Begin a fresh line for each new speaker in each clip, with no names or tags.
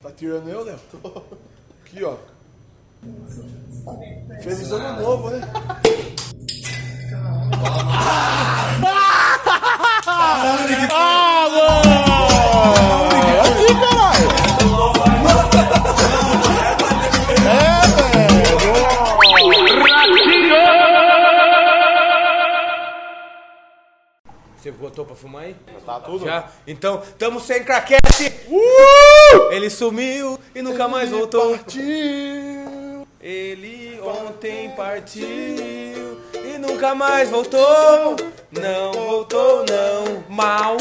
Tá tirando eu, Léo? Aqui, ó. Feliz ano novo, né?
Você botou pra fumar aí?
Tá tudo?
Já? Então, tamo sem craquete! Uh! Ele sumiu e nunca mais voltou.
Partiu!
Ele ontem partiu e nunca mais voltou. Não voltou, não. Mal.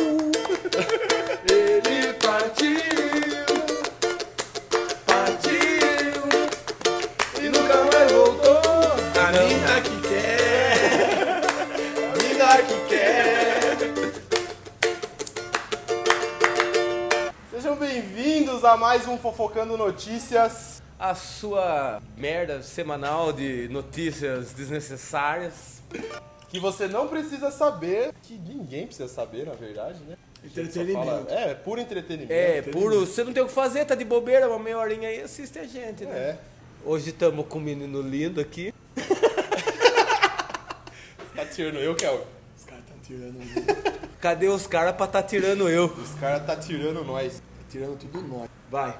Ele partiu! Partiu! E nunca mais voltou!
A mina
que quer! A mina que quer!
Sejam bem-vindos a mais um Fofocando Notícias.
A sua merda semanal de notícias desnecessárias.
Que você não precisa saber, que ninguém precisa saber, na verdade, né? Só fala-
Entretenimento.
É, é puro entretenimento.
É, puro. Você não tem o que fazer, tá de bobeira, uma meia horinha aí, assiste a gente, né?
É.
Hoje tamo com um menino lindo aqui.
Tá tirando eu, Kel.
Os caras estão tirando,
Cadê os caras pra tá tirando eu?
Os caras tá tirando nós.
tirando tudo nós.
Vai.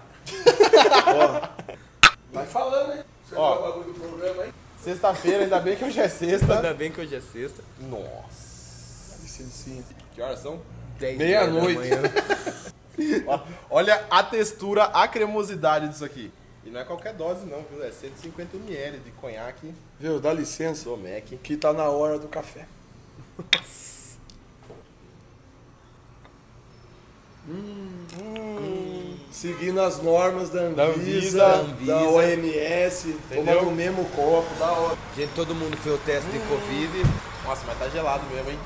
Vai falando, né? Você
Ó.
dá o bagulho do programa aí?
Sexta-feira, ainda bem que hoje é sexta.
Ainda bem que hoje é sexta.
Nossa.
Licencinha.
Que horas são?
Dez
Meia-noite.
horas da manhã.
Ó, olha a textura, a cremosidade disso aqui. E não é qualquer dose, não, viu? É 150ml de conhaque é
Viu? Dá licença.
do Mac.
Que tá na hora do café. Hum, Seguindo as normas da
Da
Anvisa,
Anvisa,
da,
Anvisa.
OMS, tomando o mesmo copo, da hora.
Gente, todo mundo fez o teste de Covid.
Nossa, mas tá gelado mesmo, hein?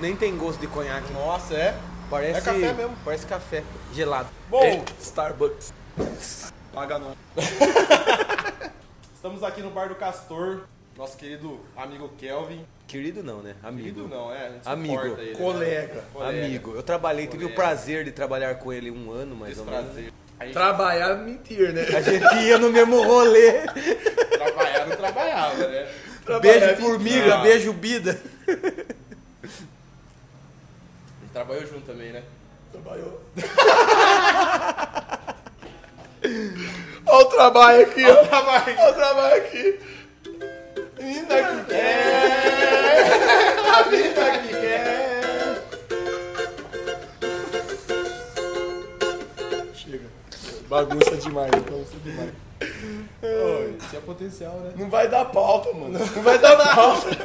Nem tem gosto de conhaque.
Nossa, é?
Parece
É café mesmo.
Parece café gelado. É,
Bom.
Starbucks.
Paga nós.
Estamos aqui no Bar do Castor, nosso querido amigo Kelvin.
Querido não, né? Amigo.
Querido não, é? A gente
Amigo.
suporta ele, né?
Colega.
Colega.
Amigo. Eu trabalhei, tive o
Colega.
prazer de trabalhar com ele um ano mais ou menos.
Desprazer. A gente
Trabalhar é mentir, né?
A gente ia no mesmo rolê.
trabalhar não trabalhava, né? Ah,
Trabalhar é
beijo formiga,
mentira.
beijo bida.
A gente trabalhou junto também, né?
Trabalhou. Olha o trabalho aqui, ó. Olha o trabalho aqui. Menina que
A vida que é...
Chega. Bagunça demais, então. bagunça demais.
tinha potencial, né?
Não vai dar pauta, mano. Não vai dar pauta.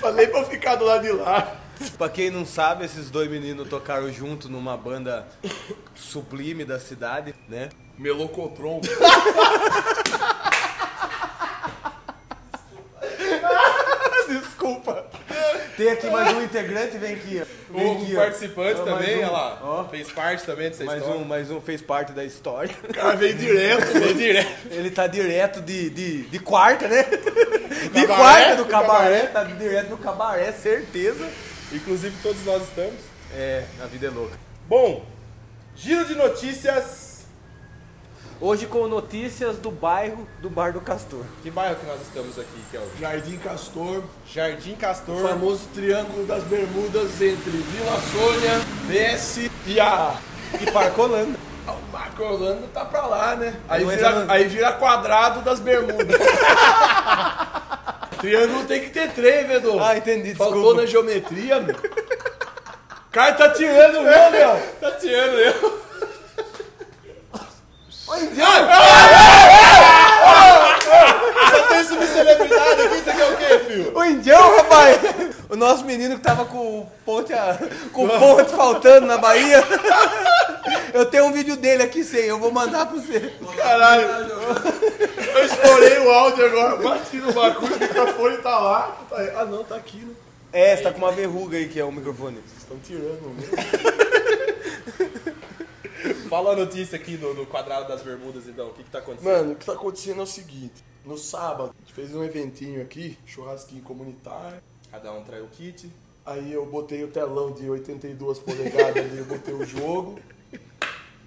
Falei pra eu ficar do lado de lá.
Pra quem não sabe, esses dois meninos tocaram junto numa banda sublime da cidade, né?
Melocotron. Desculpa.
Tem aqui mais um integrante, vem aqui. ó. Vem
Um
aqui, ó.
participante
Ó, mais
também,
um.
olha lá.
Ó,
Fez parte também dessa
mais
história.
um, Ah, mais um fez parte da história.
O cara veio direto.
Fez direto.
Ele tá direto de, de, de quarta, né? de
cabaré,
quarta do
do
cabaré,
cabaré.
tá direto do cabaré, certeza.
Inclusive todos nós estamos.
É, a vida é louca.
Bom, giro de notícias.
Hoje com notícias do bairro do Bar do Castor.
Que bairro que nós estamos aqui, Kelvin?
Jardim Castor,
Jardim Castor.
o famoso triângulo das bermudas entre Vila Sônia, BS
E a...
E Parcolândia.
Ah, O Marco Orlando tá pra lá, né? Aí
Não
vira,
entra no-
aí vira quadrado das bermudas. Triângulo tem que ter três, Vedor.
Ah, entendi,
Faltou
desculpa.
na geometria, meu. O cara tá tirando o meu, Léo.
Tá tirando eu. Só tem subcelebridade aqui, isso aqui é o quê, filho?
O Indião, rapaz! O nosso menino que tava com o ponte, a- com o ponte faltando na Bahia. Eu tenho um vídeo dele aqui sem, eu vou mandar pra você.
Caralho.
Eu estourei o áudio agora, bati no bagulho, o microfone tá lá. Tá aí. Ah, não, tá aqui, né?
É, você tá com uma verruga aí que é o microfone.
Estão tirando o meu.
Fala a notícia aqui no, no quadrado das bermudas, então. O que, que tá acontecendo?
Mano, o que tá acontecendo é o seguinte. No sábado, a gente fez um eventinho aqui, churrasquinho comunitário.
Cada um trai o kit.
Aí eu botei o telão de 82 polegadas ali, eu botei o jogo.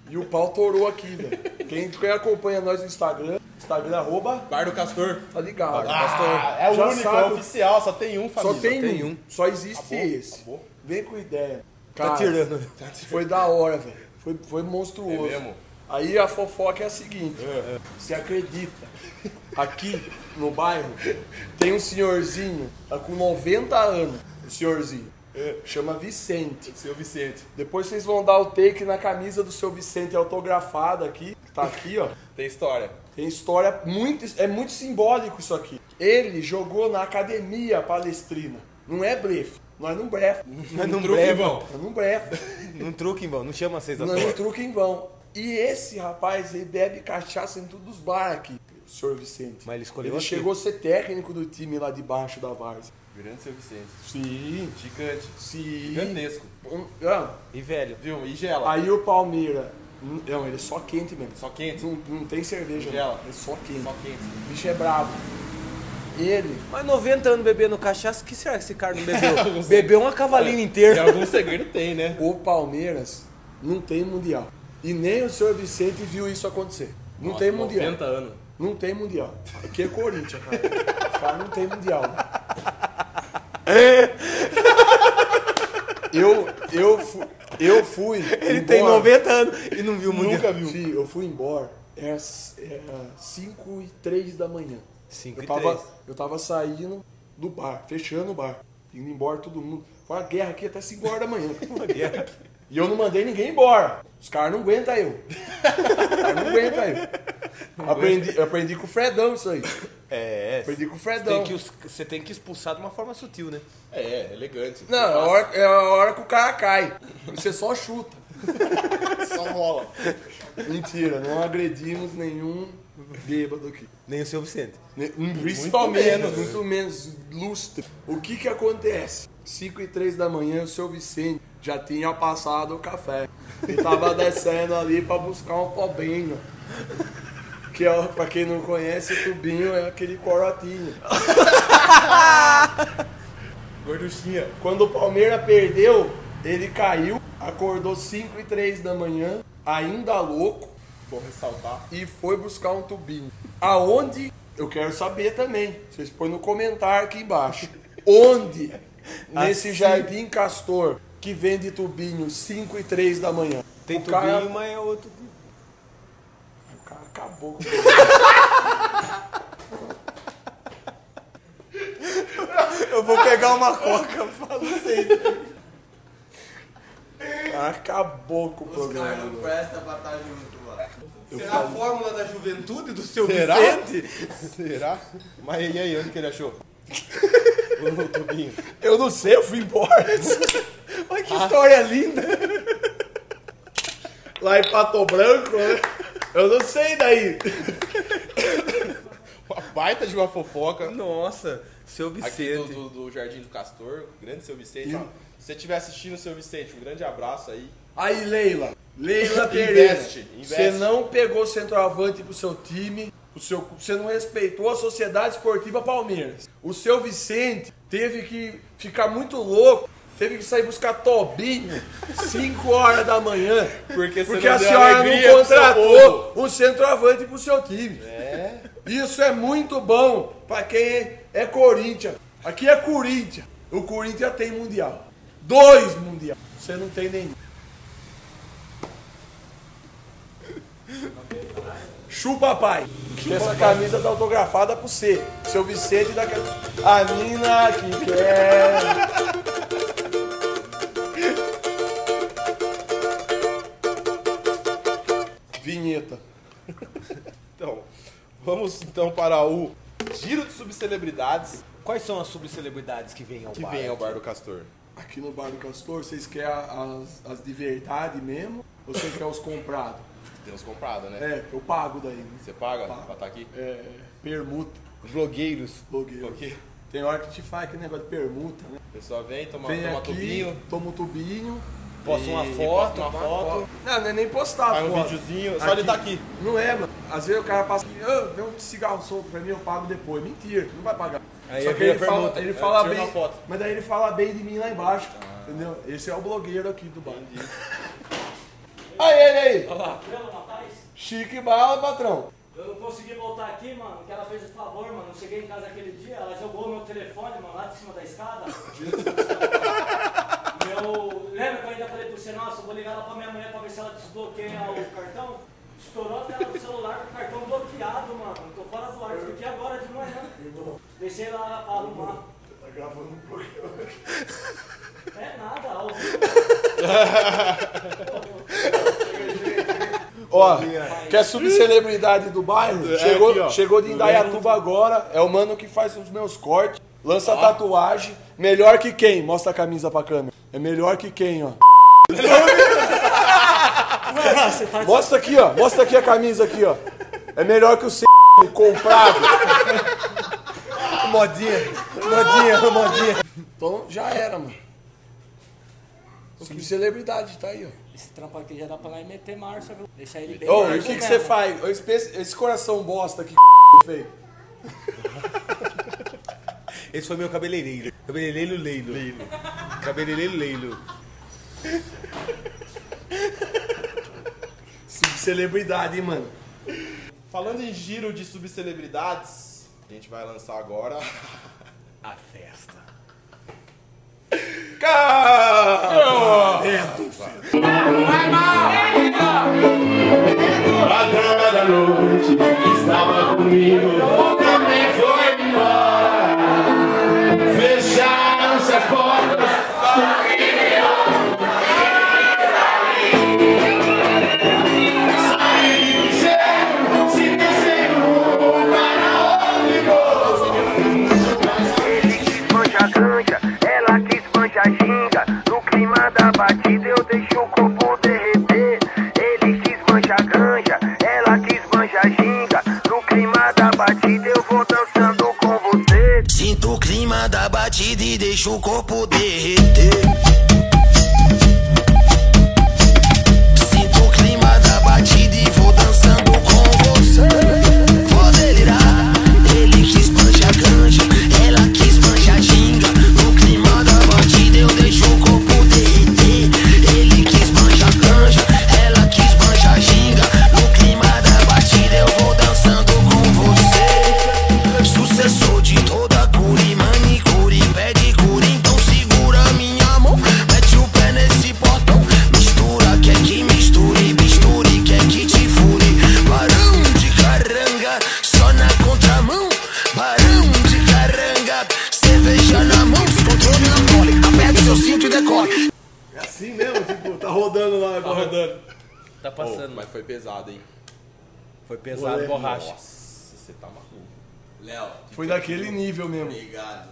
E o pau torou aqui, velho. Quem, quem acompanha nós no Instagram, Instagram arroba,
Bar do Castor.
tá ligado.
Ah, é o
Já
único, é
sabe.
oficial, só tem um,
Só
família.
tem, um.
um.
Só existe
Acabou,
esse.
acabou.
Vem com ideia. Cara,
Tá tirando.
Foi da hora, velho. Foi, foi monstruoso.
É mesmo?
Aí a fofoca é a seguinte: você acredita? Aqui no bairro tem um senhorzinho tá com 90 anos. O senhorzinho chama Vicente.
Seu Vicente.
Depois vocês vão dar o take na camisa do seu Vicente autografada aqui. que Tá aqui, ó.
Tem história.
Tem história muito. É muito simbólico isso aqui. Ele jogou na academia palestrina. Não é blefe. Nós não blefe.
Mas não
Um truque,
breva.
irmão.
Nós não blefe.
Não truque, irmão. Não chama vocês à
Não é um
toa.
truque em vão. E esse rapaz, ele bebe cachaça em todos os bares aqui, o senhor Vicente.
Mas ele escolheu
Ele
aqui.
chegou a ser técnico do time lá debaixo da várzea.
Grande seu Vicente.
Sim.
Gigante.
Sim.
Gigantesco.
Hum, ah,
E velho.
Viu? E gela.
Aí o Palmeira. Não, ele é só quente mesmo.
Só quente.
Não, não tem cerveja,
Gela.
não. É só quente.
Só quente.
O bicho é brabo. Ele.
Mas 90 anos bebendo cachaça, que será que esse cara não É. bebeu? bebeu uma cavalinha inteira.
E algum segredo tem, né?
O Palmeiras não tem mundial. E nem o senhor Vicente viu isso acontecer. Não
Nossa,
tem Um mundial.
90 anos.
Não tem mundial. Aqui é Corinthians, cara. Os caras não tem mundial.
É.
Eu, eu, fu- eu fui.
Ele tem 90 anos e não viu o Mundial.
Nunca viu. Sim, eu fui embora. é Era 5 e 3 da manhã.
Cinco
eu
e
tava,
três.
eu tava saindo do bar, fechando o bar. Indo embora todo mundo. Foi uma guerra aqui até 5 horas da manhã. E eu não mandei ninguém embora. Os caras não aguentam eu. Os caras não aguentam eu. Aprendi, eu aprendi com o Fredão isso aí.
É, é.
Aprendi com o
Você tem,
Fredão.
que, os- você tem que expulsar de uma forma sutil, né?
É, elegante.
Não, é a, hora, é a hora que o cara cai. Você só chuta.
Só rola.
Mentira, não agredimos nenhum bêbado aqui.
Nem o seu Vicente.
Ne- Principalmente, muito
menos.
Um menos, lustre. O que que acontece? 5 e 3 da manhã, o seu Vicente já tinha passado o café. E tava descendo ali pra buscar um pobinho. Que, ó, pra quem não conhece, tubinho é aquele corotinho.
Gorduchinha.
Quando o Palmeiras perdeu, ele caiu, acordou 5 e 3 da manhã, ainda louco,
Vou ressaltar.
e foi buscar um tubinho. Aonde? Eu quero saber também. Vocês põem no comentário aqui embaixo. Onde? Nesse jardim castor que vende tubinho 5 e 3 da manhã.
Tem
o
tubinho,
Cara,
mas é outro.
o cara acabou com
Eu vou pegar uma coca.
o cara acabou com o programa. mano.
presta pra estar junto, mano.
Será a fórmula da juventude do seu
Será?
Vicente?
Será? Mas e aí, onde que ele achou? o tubinho.
Eu não sei, eu fui embora.
Olha que história linda.
Lá em Pato Branco, né? Eu não sei daí.
Uma baita de uma fofoca.
Nossa, seu
Aqui do,
Vicente.
do- do Jardim do Castor, grande seu Vicente.
E-
ó. Se você estiver assistindo, seu Vicente, um grande abraço aí.
Aí, Leila. Leila Pereira.
Investe, investe.
Você não pegou centroavante pro seu time. O seu, você não respeitou a Sociedade Esportiva Palmeiras. O seu Vicente teve que ficar muito louco. Teve que sair buscar Tobinho 5 horas da manhã.
Porque você
Porque
não
a
deu
senhora
alegria
não
pro seu
contratou um centroavante pro seu time. Isso é muito bom pra quem é Corinthians. Aqui é Corinthians. O Corinthians tem mundial. Dois mundial. Você não tem nenhum. Chupa, pai. Que essa camisa tá autografada pro você. Seu Vicente da ca- A mina que quer. Vinheta.
Então, vamos então para o Giro de Subcelebridades
Quais são as subcelebridades que vêm ao
que
bar?
vem ao Bar do Castor.
Aqui no Bar do Castor, vocês querem a- as, as de verdade mesmo? Ou vocês querem os comprados?
Temos comprado, né?
É, eu pago daí. né?
Você paga
Pago.
pra estar aqui?
É, permuta.
Blogueiros.
Blogueiro.
Porque
Tem hora que te faz aquele negócio de permuta, né?
o pessoal vem, toma,
Vem
toma
aqui,
tubinho,
toma um tubinho.
Posta
e-
uma
e
foto,
posta uma foto,
Não, não é nem postar
faz um
foto.
videozinho, só ele tá aqui.
Não é, mano. Às vezes o cara passa aqui, "Ah, vem um cigarro solto pra mim, eu pago depois. Mentira, não vai pagar.
Aí
Só
é
que ele
minha
fala,
permuta.
ele
Eu
fala
tiro
bem.
na foto.
Mas daí ele fala bem de mim lá embaixo. Entendeu? Esse é o blogueiro aqui do bar. Aí ele aí.
Pelo rapaz,
Chique bala, patrão.
eu não consegui voltar aqui, mano, que ela fez o favor, mano. Eu cheguei em casa aquele dia, ela jogou meu telefone, mano, lá de cima da escada. meu. Lembra que eu ainda falei pra você, nossa, eu vou ligar lá pra minha mulher pra ver se ela desbloqueia o cartão? Estourou a tela do celular com o cartão bloqueado, mano. Tô fora do ar, fiquei agora de manhã. Deixei lá pra arrumar.
Tá gravando um programa.
É nada, ao vivo.
Ó, que é subcelebridade do bairro.
É
chegou,
aqui, ó.
chegou de Indaiatuba agora. É o mano que faz os meus cortes. Lança tatuagem. Melhor que quem? Mostra a camisa pra câmera. É melhor que quem, ó. Mostra aqui, ó. Mostra aqui a camisa aqui, ó. É melhor que o C comprado.
Modinha, modinha, modinha.
Então já era, mano. Subcelebridade, tá aí, ó.
Esse trampo aqui já dá pra lá e meter marcha, viu? Deixar ele bem.
Ô, e o
marcha
que, que
mesmo.
você faz? Esse, pe- esse coração bosta que feio.
Esse foi meu cabeleireiro. Cabeleireiro leilo. leilo. Cabeleireiro leilo.
Subcelebridade, hein, mano.
Falando em giro de subcelebridades, a gente vai lançar agora.
A festa.
Madrugada da noite estava comigo, também foi embora. Fecharam-se as portas. Saí de ligeiro, se descer um para onde vou.
Ele que espanja a cancha, ela que espanja a ginga. No clima da batida eu deixo o corpo derreter. Ele que espanja a ganja, ela que espanja a ginga. No clima da batida eu vou dançando com você.
Sinto o clima da batida e deixo o corpo derreter. Sinto o clima da batida e vou dançando com você. Vou delirar. Ele que espanja a ganja, ela que espanja a ginga. No clima da batida eu deixo o corpo derreter. Ele que espanja a ganja, ela que espanja a ginga. No clima da batida eu vou dançando com você. Sucessor de toda curi, manicure, pedicure. Então segura minha mão, mete o pé nesse portão. Mistura, quer que misture, misture, quer que te fure. Barão de caranga, só na contramão. Barão de caranga, cerveja na mão, se controle na mole. Aperta o seu cinto e decore.
É assim mesmo, tipo, tá rodando lá agora.
Tá
Passando, mas foi pesado, hein?
Foi pesado, borracha.
Nossa, você tá maluco.
Léo,
Foi daquele nível mesmo.
obrigado.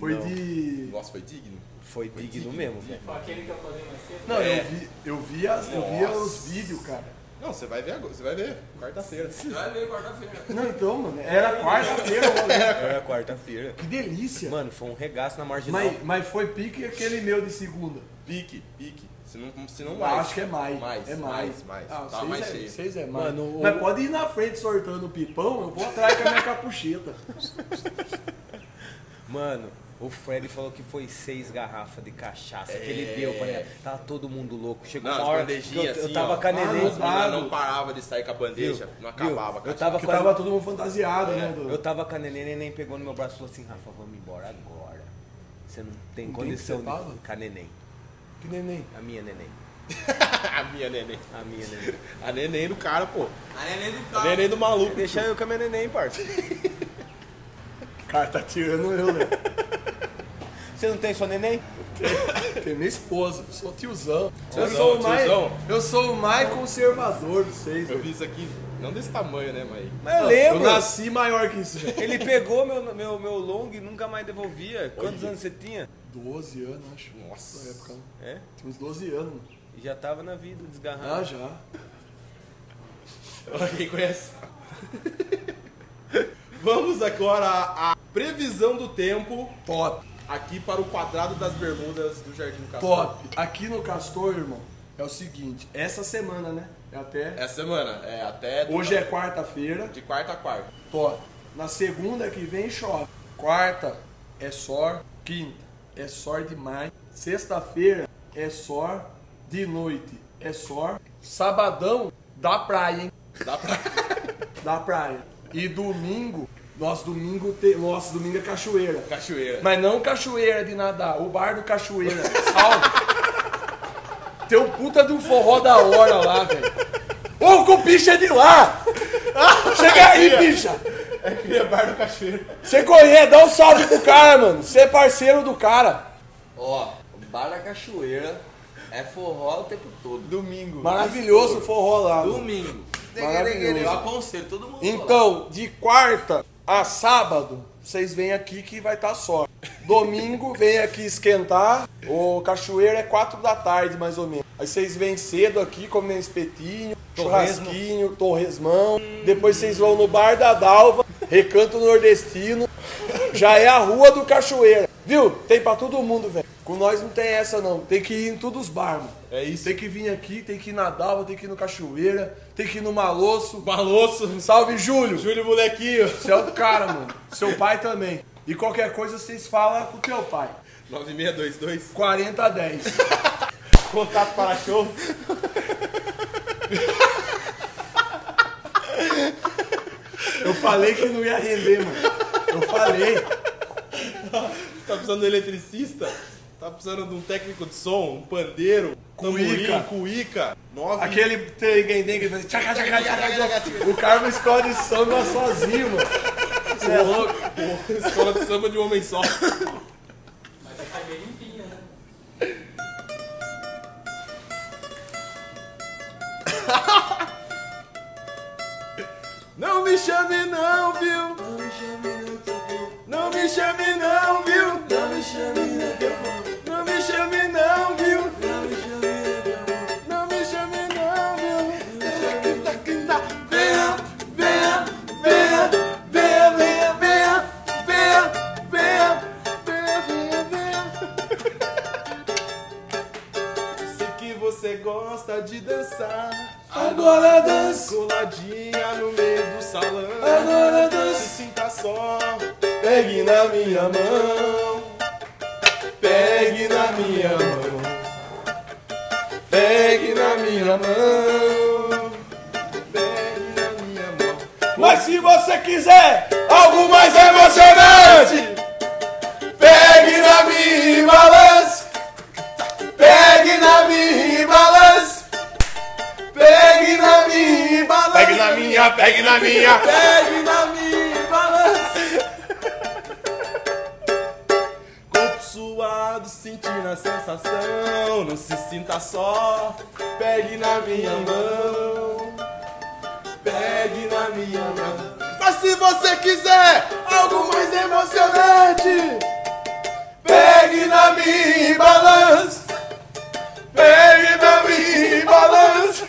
Foi de.
Nossa, foi digno.
Foi digno mesmo, velho.
Aquele que eu falei mais cedo.
Não, eu vi, eu vi, as, eu vi os vídeos, cara.
Não, você vai ver agora, você vai ver. Quarta-feira.
Vai ver quarta-feira.
Não, então, mano, era quarta-feira, mano.
Era quarta-feira.
Que delícia.
Mano, foi um regaço na marginal.
Mas, mas foi pique aquele meu de segunda.
Pique, pique. Se não, se não
Eu
mais.
acho que é mais.
Mais,
é mais.
mais, mais.
Ah,
Tá
vocês
mais
é,
cheio.
vocês é mais.
Mano, o-
Mas pode ir na frente sortando o pipão, eu vou atrás com a minha capucheta.
Mano, o Fred falou que foi seis garrafas de cachaça que ele deu pra ela. Tava todo mundo louco. Chegou
É. Não,
uma
as
hora
bandejinhas
que eu, eu
assim,
tava
ó.
canelando.
As meninas não parava de sair com a bandeja, não acabava.
Eu
cara.
tava
Porque
com a-
tava todo mundo fantasiado, né? do-
Eu tava com a neném, a neném pegou no meu braço e falou assim, Rafa, vamos embora agora. Você não tem
Com quem que
condição
você tava?
de... Com a neném.
Que neném.
A minha neném.
A minha neném.
A minha neném.
A neném do cara, pô.
A neném do
A
carro.
neném do maluco.
Deixa eu com a minha neném, parça.
Cara, tá tirando eu, né?
Você não tem sua neném?
Tem minha esposa, eu sou tiozão. eu,
Tiozão,
sou o mais,
tiozão.
eu sou o mais conservador de vocês.
Eu
velho.
vi isso aqui, não desse tamanho, né, mas...
Mas eu
Eu
lembro.
nasci maior que isso, velho.
Ele pegou meu, meu, meu long e nunca mais devolvia. Quantos anos você tinha?
12 anos, acho.
Nossa.
Na época, né?
É?
tinha uns 12 anos. mano.
E Já tava na vida, desgarrado.
Ah, já.
Quem conhece? Vamos agora à à previsão do tempo
Top,
aqui para o quadrado das bermudas do Jardim Castro.
top. Aqui no Castor, irmão, é o seguinte. Essa semana, né? É até...
Essa semana, é até
Hoje é quarta-feira.
de quarta a quarta.
Top. Na segunda que vem chove. Quarta é sol. Quinta é sol demais. Sexta-feira é sol de noite. é só. Sabadão, da praia, hein?
Dá pra...
Da praia. E domingo, nosso domingo, te... nosso domingo é cachoeira.
Cachoeira.
Mas não cachoeira de nadar, o bar do cachoeira. Salve! Tem um puta de um forró da hora lá, velho. Ô, com picha é de lá! Chega aí, bicha!
É que é bar do cachoeira.
Você conhece, dá um salve pro cara, mano. Você é parceiro do cara.
Ó, o bar da cachoeira é forró o tempo todo.
Domingo.
Maravilhoso o forró lá. mano.
Domingo. Eu
Maravilhoso.
aconselho todo mundo. lá.
Então, de quarta a sábado, vocês vêm aqui que vai estar só. Domingo vem aqui esquentar. O cachoeiro é quatro da tarde, mais ou menos. Aí vocês vêm cedo aqui, comem um espetinho,
Torresmo.
churrasquinho, torresmão. Depois vocês vão no Bar da Dalva, Recanto Nordestino. Já é a rua do cachoeiro. Viu? Tem pra todo mundo, velho. Com nós não tem essa, não. Tem que ir em todos os bar, mano.
É isso.
Tem que vir aqui, tem que ir na Dalva, tem que ir no Cachoeira, tem que ir no Malosso. Malosso. Salve, Júlio.
Júlio Molequinho.
Você é o cara, mano. Seu pai também. E qualquer coisa vocês falam com teu pai.
9622.
40 a 10.
Contato para show.
Eu falei que não ia render, mano. Eu falei.
Tá precisando de um eletricista? Tá precisando de um técnico de som? Um pandeiro? tamborim, um
Cuíca.
Cuíca. Nove.
Aquele teguendem que faz tchaca, tchaca, tchaca, tchaca. O cara não escolhe samba sozinho, mano. Você é louco.
Escola de samba de um homem só.
Mas é bem limpinha, né?
Não me chame não, viu? Não me chame não, viu? Não me chame não, viu? Não me chame não, viu? Não me chame não, viu? Quinta, quinta, venha, venha, venha, venha, venha, venha, venha, venha, venha, venha, venha. Sei que você gosta de dançar.
Agora é dança.
Coladinha no meio do salão.
Agora é dança.
Se sinta só.
Pegue na minha mão, pegue na minha mão, pegue na minha mão.
Pegue na minha mão.
Mas se você quiser algo mais emocionante, pegue na minha balança, pegue na minha balança, pegue na minha balança, pegue na minha, pegue na minha, pegue na minha balança.
Corpo suado, sentindo a sensação. Não se sinta só. Pegue na minha mão. Pegue na minha mão. Mas se você quiser algo mais emocionante, pegue na minha balança. Pegue na minha balança.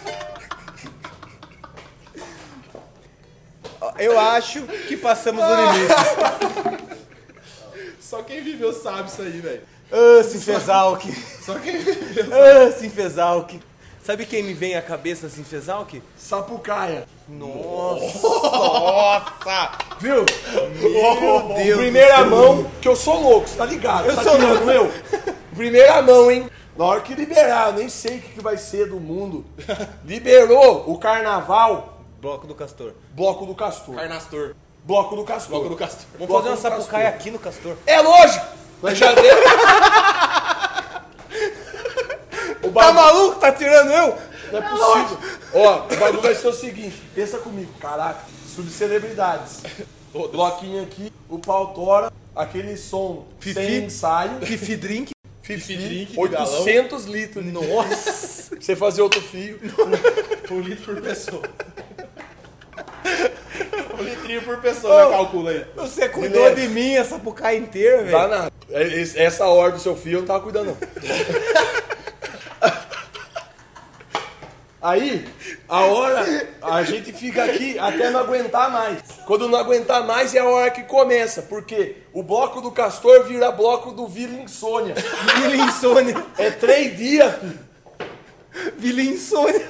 Eu acho que passamos do
Ah.
limite.
Só quem viveu sabe isso aí, velho.
Ah, Sinfesalk.
Só quem viveu.
Ah, Sinfesalk. Sabe quem me vem à cabeça, assim, Sinfesalk?
Sapucaia.
Nossa.
Viu?
Meu Deus do
Primeira
céu.
mão, que eu sou louco, você tá ligado?
Eu
tá
sou
ligado,
louco.
eu. Primeira mão, hein? Na hora que liberar, eu nem sei o que, que vai ser do mundo. Liberou o carnaval,
Bloco do Castor.
bloco do Castor.
Carnastor.
Bloco do Castor.
Bloco do Castor.
Vamos
Bloco
fazer uma
do
sapucaia aqui no Castor.
É lógico! Nós já deu. o
Tá
bagulho
maluco? Tá tirando eu?
não é possível. Ó, o bagulho vai ser o seguinte: pensa comigo, caraca, subcelebridades. Bloquinho aqui, o pau tora, aquele som
Fifi.
sem ensaio.
Fifi Drink?
Fifi,
drink de
800 litros. Nossa! Você fazer outro fio.
Um litro por pessoa. um litrinho por pessoa, né? Calcula aí.
Você cuidou de mim, a sapucaia
Dá
inteira, velho.
nada. É, esse- Essa hora do seu fio eu não tava cuidando, não. Aí, a hora, a gente fica aqui até não aguentar mais. Quando não aguentar mais é a hora que começa, porque o bloco do Castor vira bloco do Vila Insônia.
Vila Insônia.
É três dias, filho.
Vila Insônia.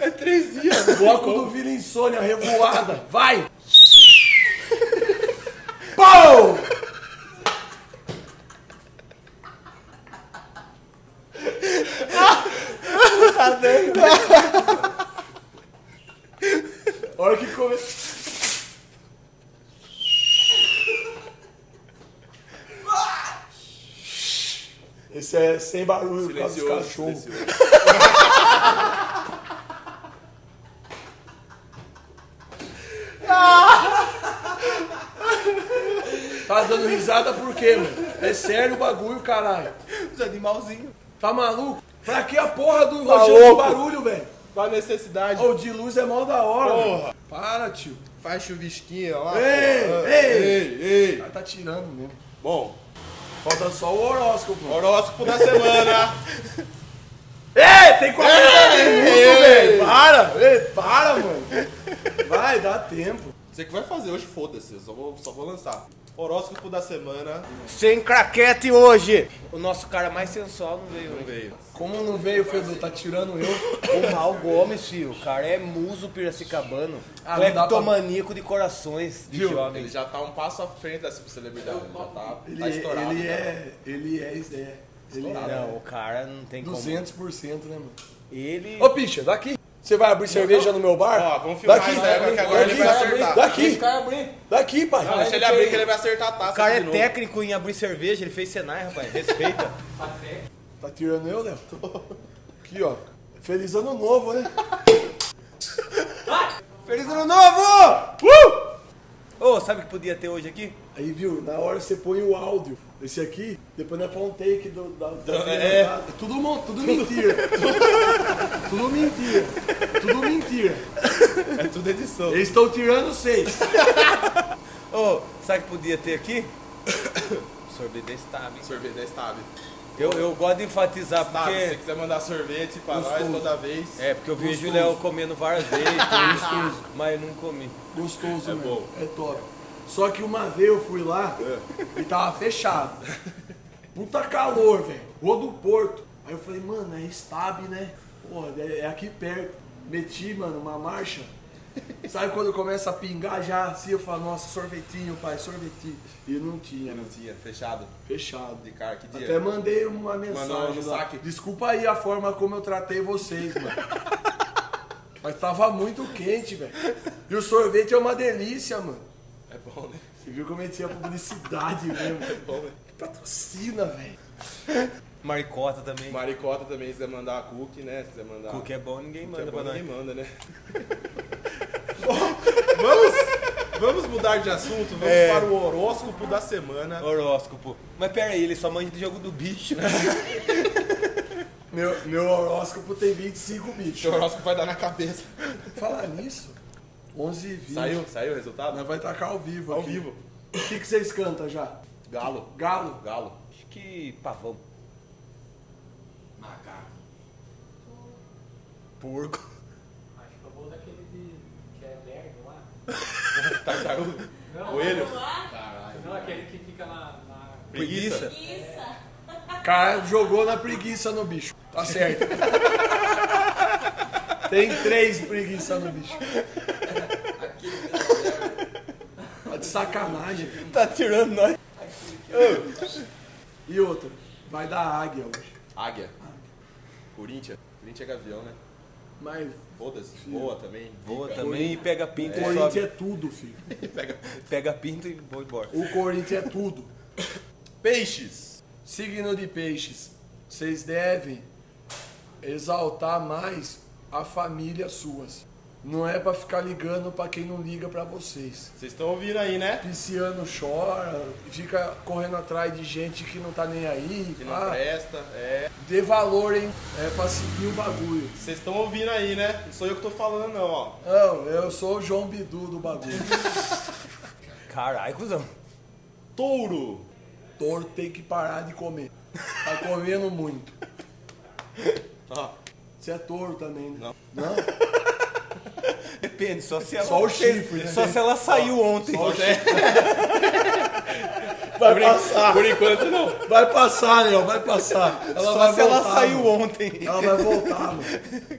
É três dias.
Bloco do Vila Insônia, revoada. Vai! Pau!
tá dando.
A hora que começa. Esse é sem barulho por causa dos cachorros. Tá dando risada por quê, mano? É sério o bagulho, caralho.
Os animalzinhos.
Tá maluco? Pra que a porra do rochedo do
louco?
barulho, velho?
Qual a necessidade?
Ô, de luz é mó da hora, porra. Para, tio.
Faz chuvisquinha lá.
Ei, ei.
ei, ei.
O cara tá tirando mesmo.
Bom,
Falta só o horóscopo, mano.
horóscopo da semana.
Ei, tem 40 minutos, velho.
Para!
Ei, para, mano. Vai, dá tempo.
Você que vai fazer hoje, foda-se, eu só vou, só vou lançar. Horóscopo da semana.
Sem craquete hoje. O nosso cara mais sensual não veio
Não
hoje.
veio.
Como não veio, Fedu? Tá tirando eu.
O Raul Gomes, filho. O cara é muso piracicabano.
Ah, não dá pra-
Cleptomaníaco de corações de
Viu?
jovem.
Ele já tá um passo à frente dessa celebridade. Ele já tá,
Ele,
tá estourado.
ele
já.
é... Ele é... é ele é...
Não, o cara não tem como.
200%, né, mano?
Ele.
Ô, picha, daqui. Você vai abrir cerveja no meu bar?
Ó, vamos filmar
daqui,
isso aí,
daqui,
que agora ele vai acertar.
Daqui,
Os caras abrindo.
daqui, pai.
Não, deixa ele abrir que ele vai acertar a taça
O cara
de
é
novo.
técnico em abrir cerveja, ele fez Senai, rapaz. Respeita.
Tá tirando eu, Léo? Aqui, ó. Feliz ano novo, né?
Feliz ano novo! Uh! Ô, sabe o que podia ter hoje aqui?
Aí, viu, na hora você põe o áudio. Esse aqui, depois nós faz um take do, da, da-
é.
da- tudo, mon- tudo mentira. tudo mentira. Tudo mentira.
É tudo edição.
Eles estão tirando seis.
Ô, sabe o que podia ter aqui? Sorvete da Stab. hein?
Sorvete da Stab.
Eu, eu gosto de enfatizar
Stab, se você
porque.
quiser mandar sorvete pra nós toda vez.
É, porque eu vejo o Léo comendo várias vezes, gostoso, mas não comi.
Gostoso,
É
mano.
bom.
É top. Só que uma vez eu fui lá
É.
e tava fechado. Puta calor, velho. Rua do Porto. Aí eu falei, mano, é Stab, né? Porra, é é aqui perto. Meti, mano, uma marcha. Sabe quando começa a pingar já assim? Eu falo, nossa, sorvetinho, pai, sorvetinho. E não tinha, né?
Não tinha, fechado.
Fechado.
De cara, que dia.
Até mandei uma
Mandou
mensagem
no
lá.
saque?
Desculpa aí a forma como eu tratei vocês, mano. Mas tava muito quente, velho. E o sorvete é uma delícia, mano.
É bom, né?
Você viu como eu tinha publicidade mesmo?
Bom, né?
Patrocina, velho.
Maricota também.
Maricota também, se quiser mandar a cookie, né? Se quiser mandar...
O que é bom, ninguém
Que é
manda
bom,
pra
ninguém
nós.
manda, né? Bom, vamos, vamos mudar de assunto, vamos
É.
para o horóscopo da semana.
Horóscopo. Mas pera aí, ele só manja do jogo do bicho.
Meu, meu horóscopo tem 25 bichos.
O horóscopo vai dar na cabeça.
Falar nisso, 11 e 20.
Saiu? Saiu o resultado?
Nós vai tacar ao vivo
Ao
aqui.
vivo.
O que, que vocês cantam já?
Galo.
Galo?
Galo.
Acho que pavão.
Macaco.
Porco.
Acho que eu vou daquele de. que é lerdo lá.
Tartaruga.
Não,
Coelho.
não, aquele que fica na. na...
Preguiça.
Cara, jogou na preguiça no bicho. Tá certo. tem três preguiça no bicho. Tá de sacanagem.
Tá tirando nós.
E outra, vai dar águia hoje.
Águia. Corinthians. Corinthians é gavião, né?
Mas
Foda-se. Boa também.
Boa também e pega pinto
o
e
Corinthians
sobe.
é tudo, filho.
Pega pinto e vou embora.
O Corinthians é tudo.
Peixes.
Signo de peixes, vocês devem exaltar mais a família suas. Não é pra ficar ligando pra quem não liga pra vocês.
Vocês estão ouvindo aí, né?
Pisciano chora, fica correndo atrás de gente que não tá nem aí.
Que não
pá.
presta. É.
Dê valor, hein? É pra seguir o bagulho.
Vocês estão ouvindo aí, né? Não sou eu que tô falando, não, ó.
Não, eu sou o João Bidu do bagulho.
Caralho, cuzão.
Touro.
Touro tem que parar de comer. Tá comendo muito.
Ó.
Você é touro também, né?
Não.
Depende, só se ela.
Só o chifre, né?
Só se ela saiu ontem.
Vai passar,
Por enquanto, não.
vai passar, Léo, vai passar. Ela
Só
vai
se ela
voltar,
saiu
mano.
ontem.
Ela vai voltar, mano.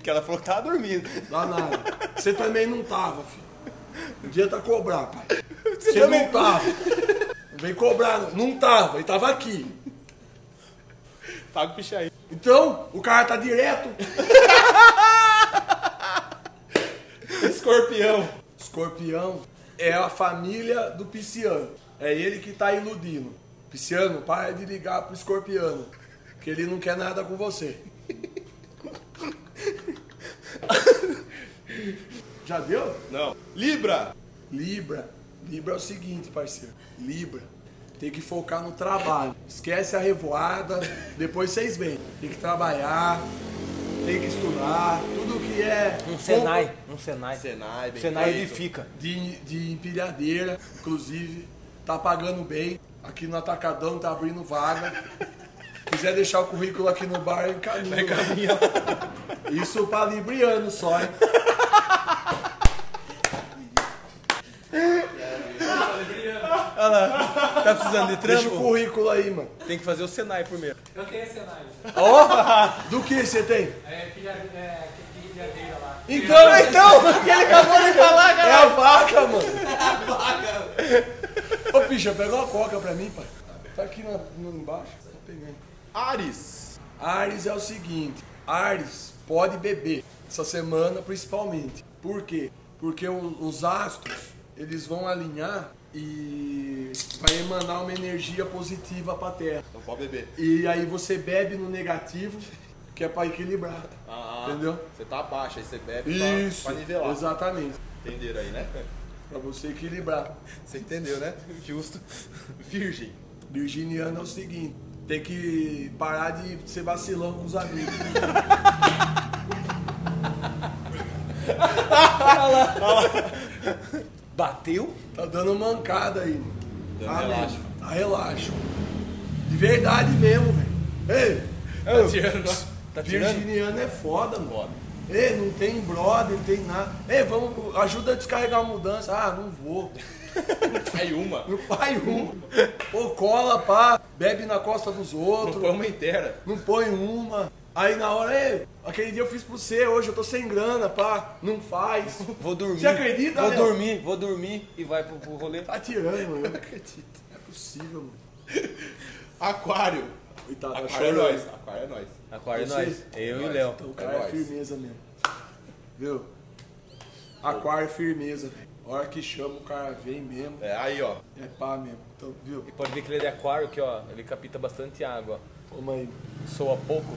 Que ela falou que tava dormindo.
Dá nada. Você também não tava, filho. O dia tá cobrar, pai. Você,
também-
não tava. Não vem cobrar, não. Não tava, ele tava aqui.
Paga o Tá picha aí.
Então, o cara tá direto.
Escorpião.
Escorpião é a família do pisciano. É ele que tá iludindo. Pisciano, para de ligar pro escorpiano, que ele não quer nada com você. Já deu?
Não. Libra.
Libra. Libra é o seguinte, parceiro. Libra. Tem que focar no trabalho. Esquece a revoada. Depois vocês veem. Tem que trabalhar. Tem que estudar. Tudo que é.
Um Senai, um Senai.
Senai, bem
Senai
feito.
edifica.
de, de empilhadeira, inclusive, tá pagando bem. Aqui no Atacadão tá abrindo vaga. Quiser deixar o currículo aqui no bar, encaminha. Isso pra libriano só, hein?
Tá precisando de
Deixa o
trampo?
currículo aí, mano.
Tem que fazer o Senai primeiro.
Eu tenho esse cenário.
Do que você tem?
É filha, é, que pilhadeira lá.
Então,
Então, o que ele acabou de falar,
é
cara?
a vaca, mano. É a vaca. Ô, bicha, pega uma coca pra mim, pai. Tá aqui na, no- embaixo. Tá pegando.
Ares.
Ares é o seguinte, Ares pode beber essa semana principalmente. Por quê? Porque o- os astros, eles vão alinhar e vai emanar uma energia positiva pra Terra.
Não Então pode beber.
E aí você bebe no negativo, que é pra equilibrar.
Ah,
Entendeu?
Você tá abaixo, aí você bebe pra-
Isso.
pra nivelar.
Exatamente.
Entenderam aí, né?
Pra você equilibrar.
Você entendeu, né? Justo. Virgem.
Virginiano é o seguinte, tem que parar de ser vacilão com os amigos.
Bateu?
Tá dando mancada aí. mano.
Dando
Tá
relaxo.
mesmo. Tá relaxo. De verdade mesmo, velho. Ei,
Tá tirando.
Tá tirando?
virginiano é foda, mano. Ei, não tem brother, não tem nada. Ei, vamos, ajuda a descarregar a mudança. Ah, não vou.
Aí uma.
Não vai um. Ou cola, pá, bebe na costa dos
Não
outros.
põe uma inteira.
Não põe uma. Aí na hora, ei, aquele dia eu fiz pro você, hoje eu tô sem grana, pá. Não faz.
Vou dormir.
Você acredita,
Vou
Léo?
dormir, vou dormir e vai pro, pro rolê.
Tá tirando, mano. Eu não acredito. Não é possível, mano.
Aquário.
Coitado, tá
Aquário é
chorando.
nóis. Aquário é nóis.
Aquário
Vocês?
nós. Eu e o Léo.
O cara é,
nóis.
firmeza mesmo. Viu? Aquário é firmeza, velho. Hora que chama, o cara vem mesmo.
É, aí, ó.
É pá mesmo. Então, viu?
E pode ver que ele é de aquário, que ó, ele capta bastante água.
Toma aí.
ó. Soa pouco.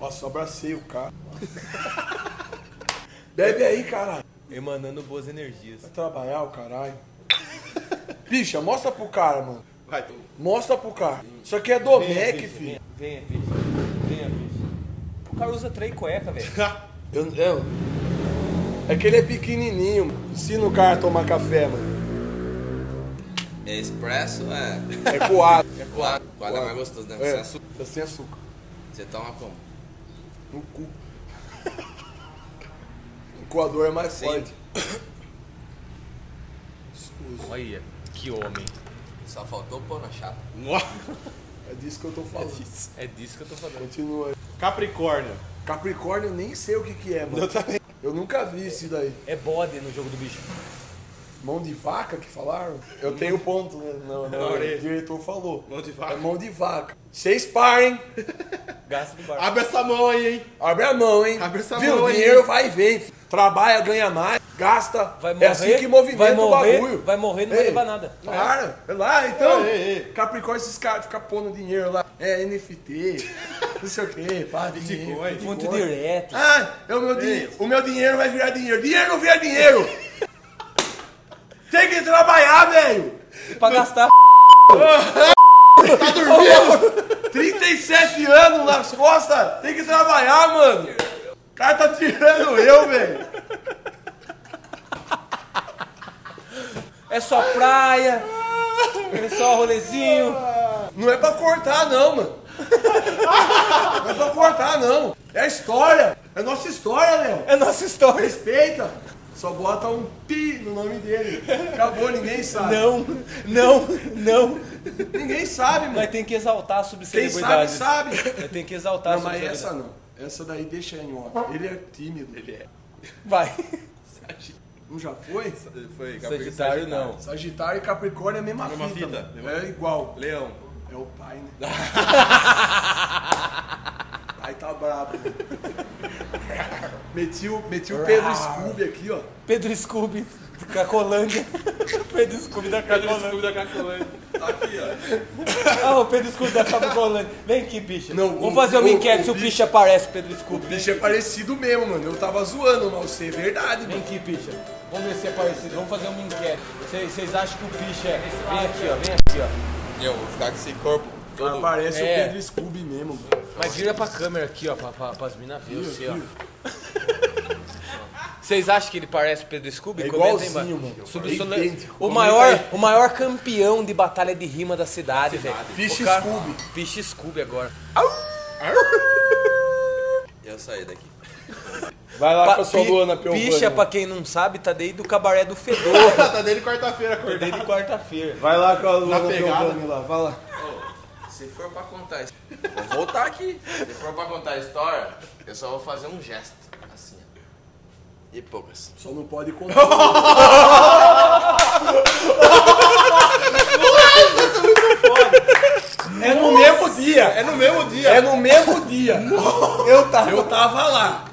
Nossa, eu abracei o cara. Bebe aí, caralho.
Emanando boas energias.
Vai trabalhar o caralho. Bicha, mostra pro cara, mano.
Vai, tu.
Mostra pro cara. Isso aqui é
Venha,
Domec,
bicho,
filho.
Venha, venha, bicho. Venha, bicho. O cara usa trem e cueca, velho.
Eu, eu- É que ele é pequenininho. mano. Ensina o cara a tomar café, mano.
É expresso, é.
É coado.
É coado. Coado é mais gostoso, né? Sem
É,
açúcar.
tá sem açúcar.
Você toma como?
No cu. O coador é mais
Sim.
forte.
Olha, que homem.
Só faltou pão na chapa.
É disso que eu tô falando.
É disso que eu tô falando.
Continua. aí.
Capricórnio.
Capricórnio, eu nem sei o que que é, mano. Eu também. Eu nunca vi isso daí.
É bode no jogo do bicho.
Mão de vaca que falaram? Eu tenho ponto, né? Não, não. O
orelha.
diretor falou.
Mão de
É
vaca.
mão de vaca. Vocês parem.
Gasto do
Ah,
barco.
Abre essa mão aí, hein?
Abre a mão, hein?
Abre essa
Viu?
mão
O
aí.
dinheiro vai e vem. filho. Trabalha, ganha mais, gasta.
Vai morrer,
é assim que movimenta
vai morrer,
o bagulho.
vai morrer, não vai
Ei,
levar nada.
Para. É lá, então.
Ei, ei, ei.
Capricórnio, esses caras ficam pondo dinheiro lá. É NFT, não sei o quê. Pá, dinheiro.
Bitcoin.
Muito
Bitcoin.
direto.
Ah, é o meu dinheiro. O meu dinheiro vai virar dinheiro. Dinheiro não vira dinheiro. Tem que trabalhar, velho.
Pra gastar.
37 anos nas costas. Tem que trabalhar, mano. O cara tá tirando eu, velho.
É só praia. É só rolezinho.
Não é pra cortar, não, mano. Não é pra cortar, não. É a história. É a nossa história, Léo.
É nossa história.
Respeita. Só bota um pi no nome dele. Acabou, ninguém sabe.
Não, não, não.
Ninguém sabe, mano.
Nós tem que exaltar a
Quem sabe,
subcelebridade.
sabe.
Nós tem que exaltar
Não,
a
mas essa
subcelebridade.
não. Essa daí deixa em off. Ele é tímido. Ele é.
Vai.
Não já foi?
Foi, Capricórnio.
Sagitário não.
Sagitário e Capricórnio é a mesma,
Mesma
fita. É
fita,
mano.
mesma
É igual.
Leão.
É o pai, né? Tá brabo. meti o, meti o Pedro Scooby aqui, ó.
Pedro Scooby, Cacolândia. Pedro Scooby da Cacolândia.
da Cacolândia. Tá aqui, ó.
Ah, o Pedro Scooby da Cacolândia. Vem aqui, bicha.
Não,
Vamos
o-
fazer uma
o-
enquete
o
se o
bicho-
bicha aparece, Pedro
O
Scooby.
bicho é parecido mesmo, mano. Eu tava zoando, mas você é verdade,
Vem
mano.
aqui, Picha. Vamos ver se é parecido. Vamos fazer uma enquete. Vocês- Vocês acham que o Picha é. Vem aqui, ó. Vem aqui, ó.
Eu vou ficar com esse corpo todo.
Parece
É.
o Pedro Scooby mesmo, mano.
Mas vira pra câmera aqui, ó. Pra, pra, pras minas verem você, ó. Vocês acham que ele parece o Pedro Scooby?
É
Comenta aí
igualzinho,
embaixo.
mano.
Sobre
É
sono-
idêntico.
o,
Comenta
maior,
aí.
o maior campeão de batalha de rima da cidade, velho.
Picha
O cara-
Scooby.
Picha Scooby agora.
Eu saí daqui. Ah,
Vai lá
Pa-
Tá com a sua
pi-
Luana Piovani.
Picha, é pra quem não sabe, tá desde o cabaré do Fedor.
Tá dele quarta-feira,
tá
acordei.
desde quarta-feira.
Vai lá é com a Luana
pegada.
Piovani lá, vai lá.
Se for pra contar isso. Vou voltar aqui. Se for pra contar a história, eu só vou fazer um gesto. Assim, ó. E poucas.
Só não pode contar.
É no mesmo dia.
É no mesmo dia.
É no mesmo dia. Eu tava. Eu tava lá.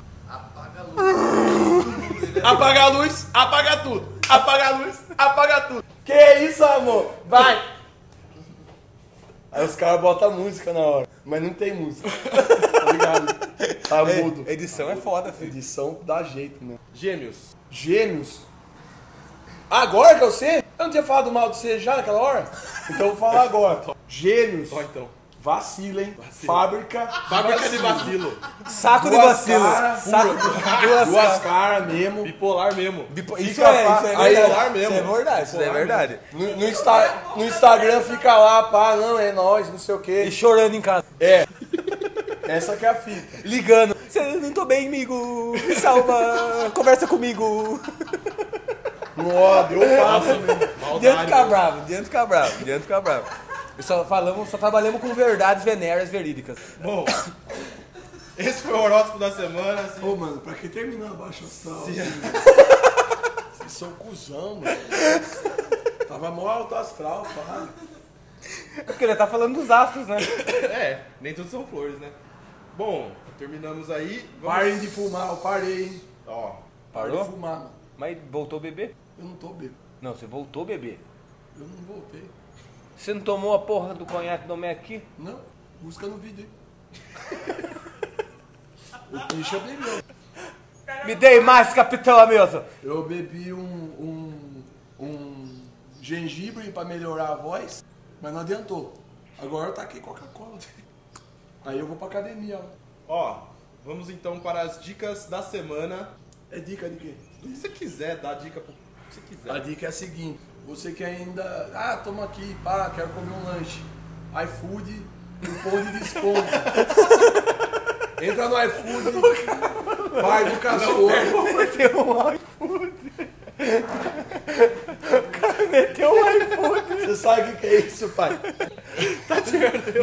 Apaga a luz, apaga tudo. Apaga a luz, apaga tudo. Que isso, amor? Vai! Aí os caras botam música na hora, mas não tem música. Tá ligado? Tá mudo.
Edição é foda, filho.
Edição dá jeito, né?
Gêmeos.
Gêmeos. Agora que eu sei? Eu não tinha falado mal de você já naquela hora? Então eu vou falar agora. Gêmeos.
Ó, então.
Vacila, hein? Fábrica.
Fábrica de vacilo.
Saco de
Duas
vacilo.
caras,
Saco duas
Duas
caras.
caras mesmo.
Bipolar mesmo.
Bipo-
Fica
é, Isso é,
pá-
isso é
aí,
verdade.
ar mesmo.
Isso é verdade, isso é verdade.
No, no Insta- no Instagram fica lá, pá, não, é nós, não sei o
E
quê.
chorando em casa.
É. Essa que é a fita.
Ligando. Cê não tô bem, amigo. Me salva. Conversa comigo.
No
um
ódio, eu passo mesmo.
Diante fica bravo, diante fica bravo, diante fica bravo. E Só falamos, só trabalhamos com verdades venéreas verídicas.
Bom, esse foi o horóscopo da semana. assim.
Ô, mano, pra que terminar abaixo astral? assim? Vocês são cuzão, mano. Tava mó alto astral, pá.
Porque ele tá falando dos astros, né?
É, nem tudo são flores, né? Bom, terminamos aí. Vamos...
Parem de fumar, eu parei, hein?
Ó,
Parem de
Parou?
fumar, mano.
Mas voltou a beber?
Eu não tô bêbado.
Não, você voltou a beber.
Eu não voltei.
Você não tomou a porra do conhaque do homem aqui?
Não, busca no vídeo, hein? O bicho é bebeu.
Me dei mais, capitão Hamilton.
Eu bebi um, um, um gengibre pra melhorar a voz, mas não adiantou. Agora eu taquei Coca-Cola. Aí eu vou pra academia, ó.
ó, vamos então para as dicas da semana.
É dica de quê?
O que você quiser, dá dica pro que você quiser.
A dica é a seguinte, você que ainda. Ah, toma aqui, pá, quero comer um lanche. iFood e um pão de desconto. Entra no iFood, vai do cachorro.
Meteu um iFood. O cara meteu um iFood.
Você sabe o que que é isso, pai?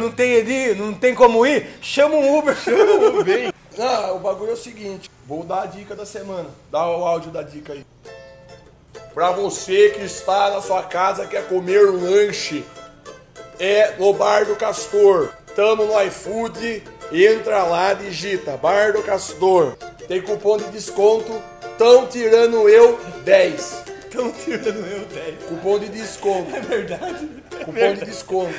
Não tem ele, não tem como ir? Chama um Uber.
Ah, o bagulho é o seguinte, vou dar a dica da semana. Dá o áudio da dica aí. Pra você que está na sua casa quer comer um lanche, é no Bar do Castor. Tamo no iFood, entra lá, digita Bar do Castor. Tem cupom de desconto, tão tirando eu 10.
Estão tirando eu 10.
Cupom de desconto,
É verdade. É
cupom de desconto.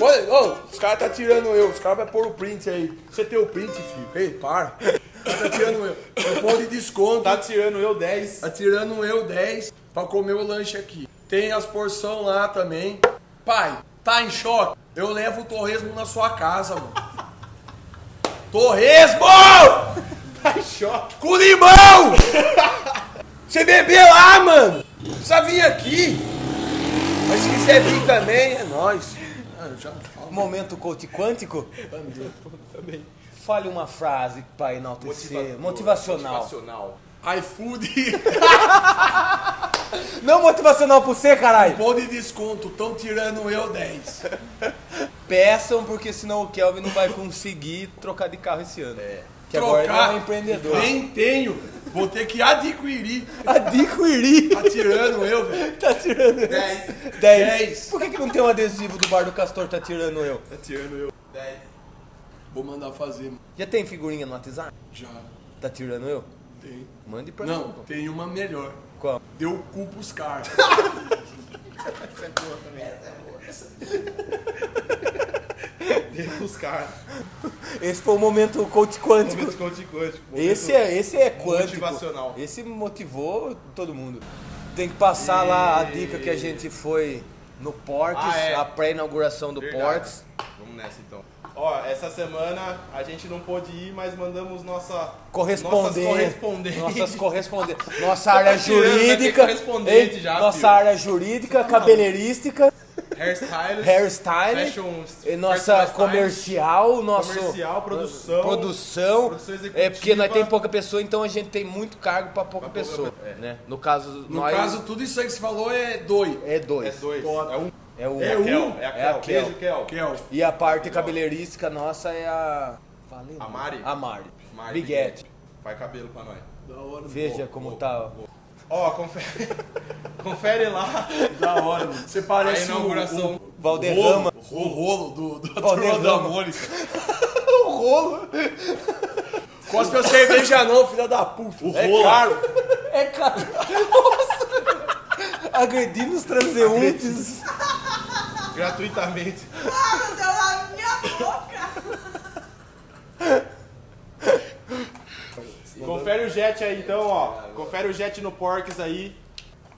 Olha, ó, os caras tá tirando eu, os caras vão pôr o print aí. Você tem o print, filho? Ei, para. Os caras tá tirando eu. Cupom de desconto.
Tá tirando eu 10.
Atirando um eu 10 pra comer o lanche aqui. Tem as porção lá também. Pai, tá em choque? Eu levo o torresmo na sua casa, mano. torresmo! Tá em choque. Com limão! Você bebeu lá, mano. Não Precisa vir aqui. Mas se quiser vir também, é nóis. Ah, eu já Ah, não falo.
Momento coach quântico. Fale uma frase pra enaltecer. motivacional.
Motivacional.
iFood,
Não motivacional pra você, caralho.
pão de desconto, tão tirando um eu 10.
Peçam, porque senão o Kelvin não vai conseguir trocar de carro esse ano. É. Que agora ele é um empreendedor.
Nem tenho. Vou ter que adquirir.
Adquirir.
Atirando eu, velho.
Tá tirando eu.
10.
10.
Dez.
Por que, que não tem um adesivo do Bar do Castor tá tirando eu?
Tá tirando eu. 10.
Vou mandar fazer, mano.
Já tem figurinha no WhatsApp?
Já
Tá tirando eu?
tem.
Mande pra mim.
Não,
pô.
tem uma melhor.
Qual?
Deu cu pros caras.
É Deus, cara.
Esse foi o momento coach quântico.
Momento coach quântico. Momento
Esse é, esse é quântico.
Motivacional.
Esse motivou todo mundo. Tem que passar lá a dica que a gente foi no Portes,
Ah, é.
a pré-inauguração do
Verdade.
Portes.
Vamos nessa então. Ó, essa semana a gente não pôde ir, mas mandamos nossa
Correspondente.
nossas correspondentes.
Nossas correspondentes. Nossa área
Tá tirando, vai ter
jurídica.
correspondente
hein?
já,
nossa
filho.
área jurídica, cabeleirística,
hairstyles,
hairstyle,
fashion,
e nossa
fashion styles,
comercial, nosso
comercial, produção,
produção.
Então, produção executiva.
É porque nós tem pouca pessoa, então a gente tem muito cargo pra pouca
pouca
pessoa,
pe- é.
né? No caso
No
nós
caso, tudo isso aí que você falou é dois.
é
É
dois.
dois. É um.
É o
É, a Kel, é
é
a
a
Kel.
Kel.
Beijo, Kel.
Kel.
E a parte cabeleirística nossa é a. Falei, né?
A Mari.
A Mari.
Mari
Biguete.
Vai cabelo pra nós.
Da hora.
Veja como tá. ó.
Ó, confere, confere lá
Da hora, mano. Você
a
parece o-
inauguração.
Valderrama.
O, o rolo do, do
Valderrama.
da Mônica. o rolo. Cospe a cerveja não, filha da puta. O
rolo.
É caro.
É, cara. Nossa. Agredindo os transeuntes.
gratuitamente. Confere o Jet aí então, ó. Confere o Jet no Porks aí.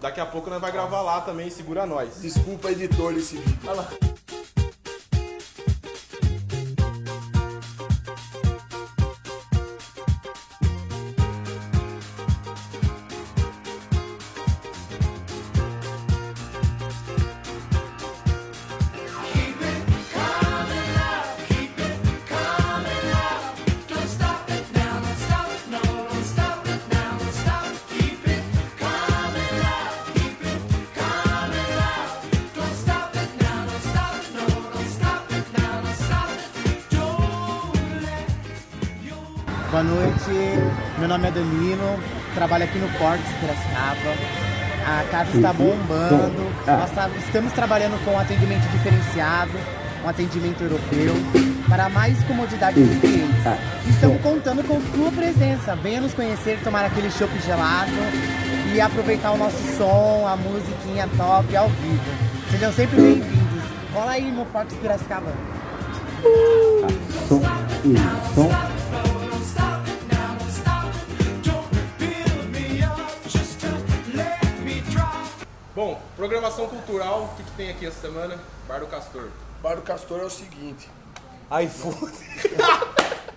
Daqui a pouco nós vai gravar lá também, segura nós.
Desculpa, editor, esse vídeo.
Boa noite, meu nome é Danilo, trabalho aqui no Porto de Piracicaba. A casa está bombando, nós tá- estamos trabalhando com atendimento diferenciado, um atendimento europeu, para mais comodidade dos clientes. Estamos contando com sua presença, venha nos conhecer, tomar aquele chopp gelado e aproveitar o nosso som, a musiquinha top ao vivo. Sejam sempre bem-vindos. Cola aí no Porto de Piracicaba.
Bom, programação cultural, o que, que tem aqui essa semana? Bar do Castor.
Bar do Castor é o seguinte.
iFood.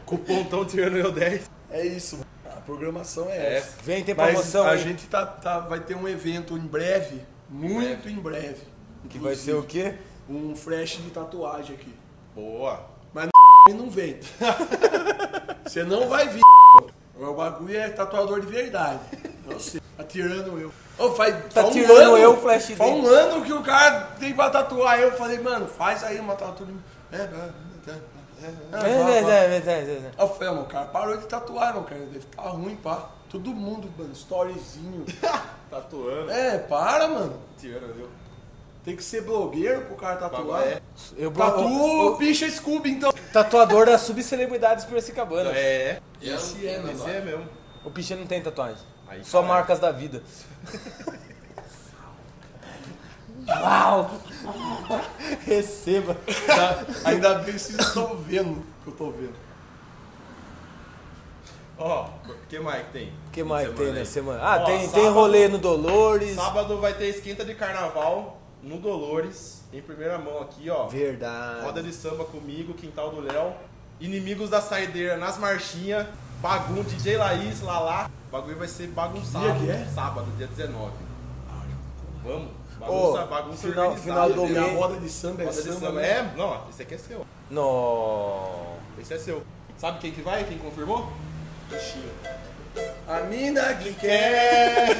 Cupom tão tirando eu 10.
É isso, mano. A programação é,
É
essa.
Vem, tem
Mas
promoção.
a
hein?
gente tá, tá- vai ter um evento em breve, muito em breve.
Que vai ser o quê?
Um flash de tatuagem aqui.
Boa.
Mas não vem. Você não vai vir. O bagulho é tatuador de verdade. Eu sei. Tá tirando eu. Ô, faz,
Tá
faz um
tirando
ano,
eu, Flash
Faz um ano que o cara tem pra tatuar. Eu falei, mano, faz aí uma tatuagem. É, é, é, é, é, vai, vai. Aí Eu falei, ah, meu cara, parou de tatuar, meu cara. Deve ficar ruim, pá. Todo mundo, mano, storyzinho.
Tatuando,
é, para, mano.
tirando eu.
Tem que ser blogueiro pro cara tatuar.
É.
Eu
Tatu, picha Scooby, então.
Tatuador das subcelebridades Piracicabana.
É,
Esse é, mano.
esse é mesmo.
O Pichê não tem tatuagem.
Aí, tá.
Só
caralho.
marcas da vida. Uau! Receba!
Tá,
Ainda bem que vocês estão vendo que eu tô vendo.
Ó, o que mais que tem?
O que mais tem
Semana
nessa
aí.
semana? Ah,
Ó,
tem, tem
sábado-
rolê no Dolores.
Sábado vai ter esquenta de carnaval no Dolores, em primeira mão aqui, ó.
Verdade.
Roda de samba comigo, quintal do Léo. Inimigos da saideira nas marchinhas. Bagum, DJ Laís, Lala. O bagulho vai ser bagunçado.
Que dia que é? Ah,
Sábado, dia 19. Vamos?
Ô,
Bagunça, bagunça
final-
organizada.
final do
E a
mês.
roda de samba é
Roda de
samba.
samba.
né?
É, não, esse aqui é seu.
No.
Esse é seu. Sabe quem que vai? Quem confirmou?
A mina que
Quer!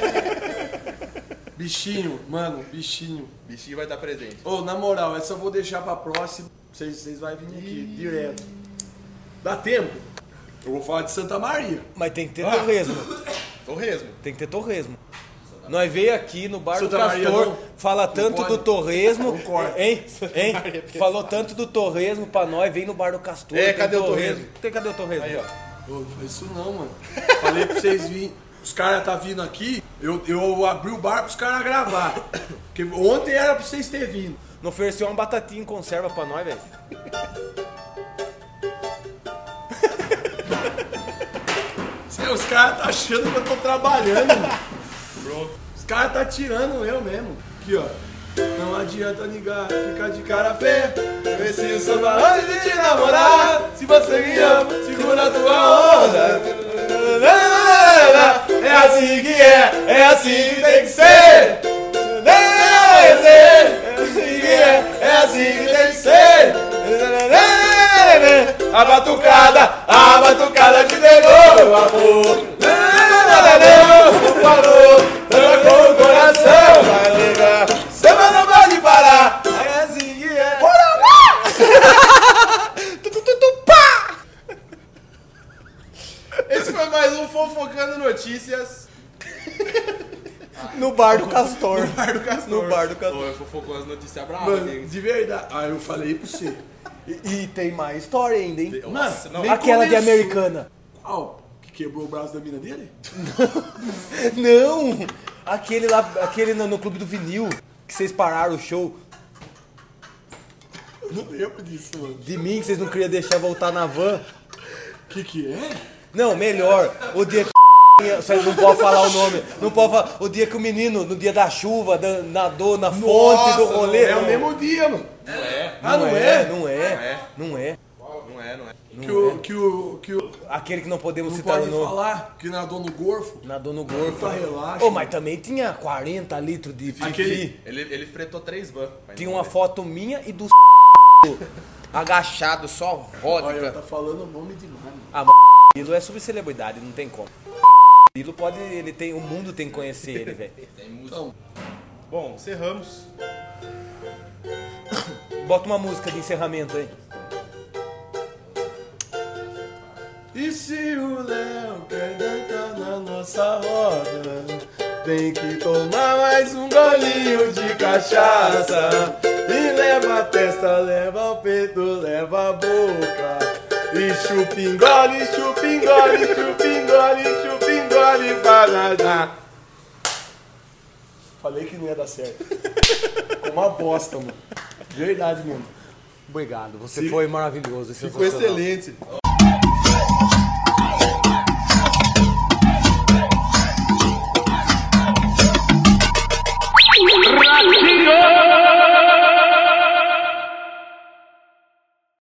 Bichinho, mano, bichinho.
Bichinho vai estar presente.
Ô, na moral, essa eu vou deixar pra próxima. Vocês, vocês vão vir aqui, direto. Dá tempo? Eu vou falar de Santa Maria.
Mas tem que ter torresmo.
Torresmo.
Tem que ter torresmo. Nós veio aqui no bar
Santa
do
Maria
Castor,
não-
fala
não
tanto
pode.
do torresmo,
Não corta.
hein? Hein? Falou tanto do torresmo pra nós, vem no bar do Castor.
É,
tem
cadê o torresmo?
Tem cadê o torresmo?
Aí, ó. Ô, não faz isso não, mano. Falei pra vocês virem. Os caras tá vindo aqui, eu, eu abri o bar pros caras gravar. Porque ontem era pra vocês terem vindo.
Não ofereceu uma batatinha em conserva pra nós, velho?
Cê- Os caras tá achando que eu tô trabalhando, mano. Os caras tá tirando eu mesmo. Aqui, ó. Não adianta ligar, ficar de cara feia. Vê se o samba antes de te namorar. Se você me ama, segura a tua onda. É assim que é, é assim que tem que ser. É assim que é, é assim que tem que ser. A batucada, a batucada te negou o amor. Não parou, trancou o coração. Vai ligar, samba não pode parar. É assim que é.
Esse foi mais um Fofocando Notícias.
No bar do Castor.
Bar do Castor.
No bar do Castor.
Ô, eu fofocou as notícias bravas.
Mano,
hein?
de verdade. Ah, eu falei pra você.
E, e tem mais história ainda, hein?
Nossa, não.
Aquela de
começou.
americana.
Qual? Que quebrou o braço da mina dele?
Não! Aquele lá, aquele no, no clube do vinil, que vocês pararam o show.
Eu não lembro disso, mano.
De mim, que vocês não queriam deixar voltar na van.
Que que é?
Não, melhor, o dia que. Só não pode falar o nome. Não pode falar. O dia que o menino, no dia da chuva, da- nadou na fonte do
Nossa,
rolê.
É o
Não.
mesmo dia, mano.
Ah, não,
não
é?
é?
Não é? Não é.
Não é, não é.
Que o, que o, que o,
Aquele que não podemos
não
citar o
pode
nome.
falar que nadou no gorfo.
Nadou no gorfo.
Puta, relaxa.
Ô, mas também tinha 40 litros de fifi.
Aquele, ele, ele fretou três van. Mas
Tinha
não
uma
foi.
foto minha e do agachado, só
Olha,
vodka.
tá falando o nome demais, mano.
Ah, Lilo é subcelebridade, não tem como. Lilo pode, ele tem, o mundo tem que conhecer ele, velho.
é. Bom, encerramos.
Bota uma música de encerramento aí.
E se o Léo quer dançar na nossa roda? Tem que tomar mais um golinho de cachaça. E leva a testa, leva o peito, leva a boca. E chupingole, chupingole, chupingole, chupingole, banana. Falei que não ia dar certo. Ficou uma bosta, mano. Verdade mesmo.
Obrigado, você foi maravilhoso.
Ficou excelente.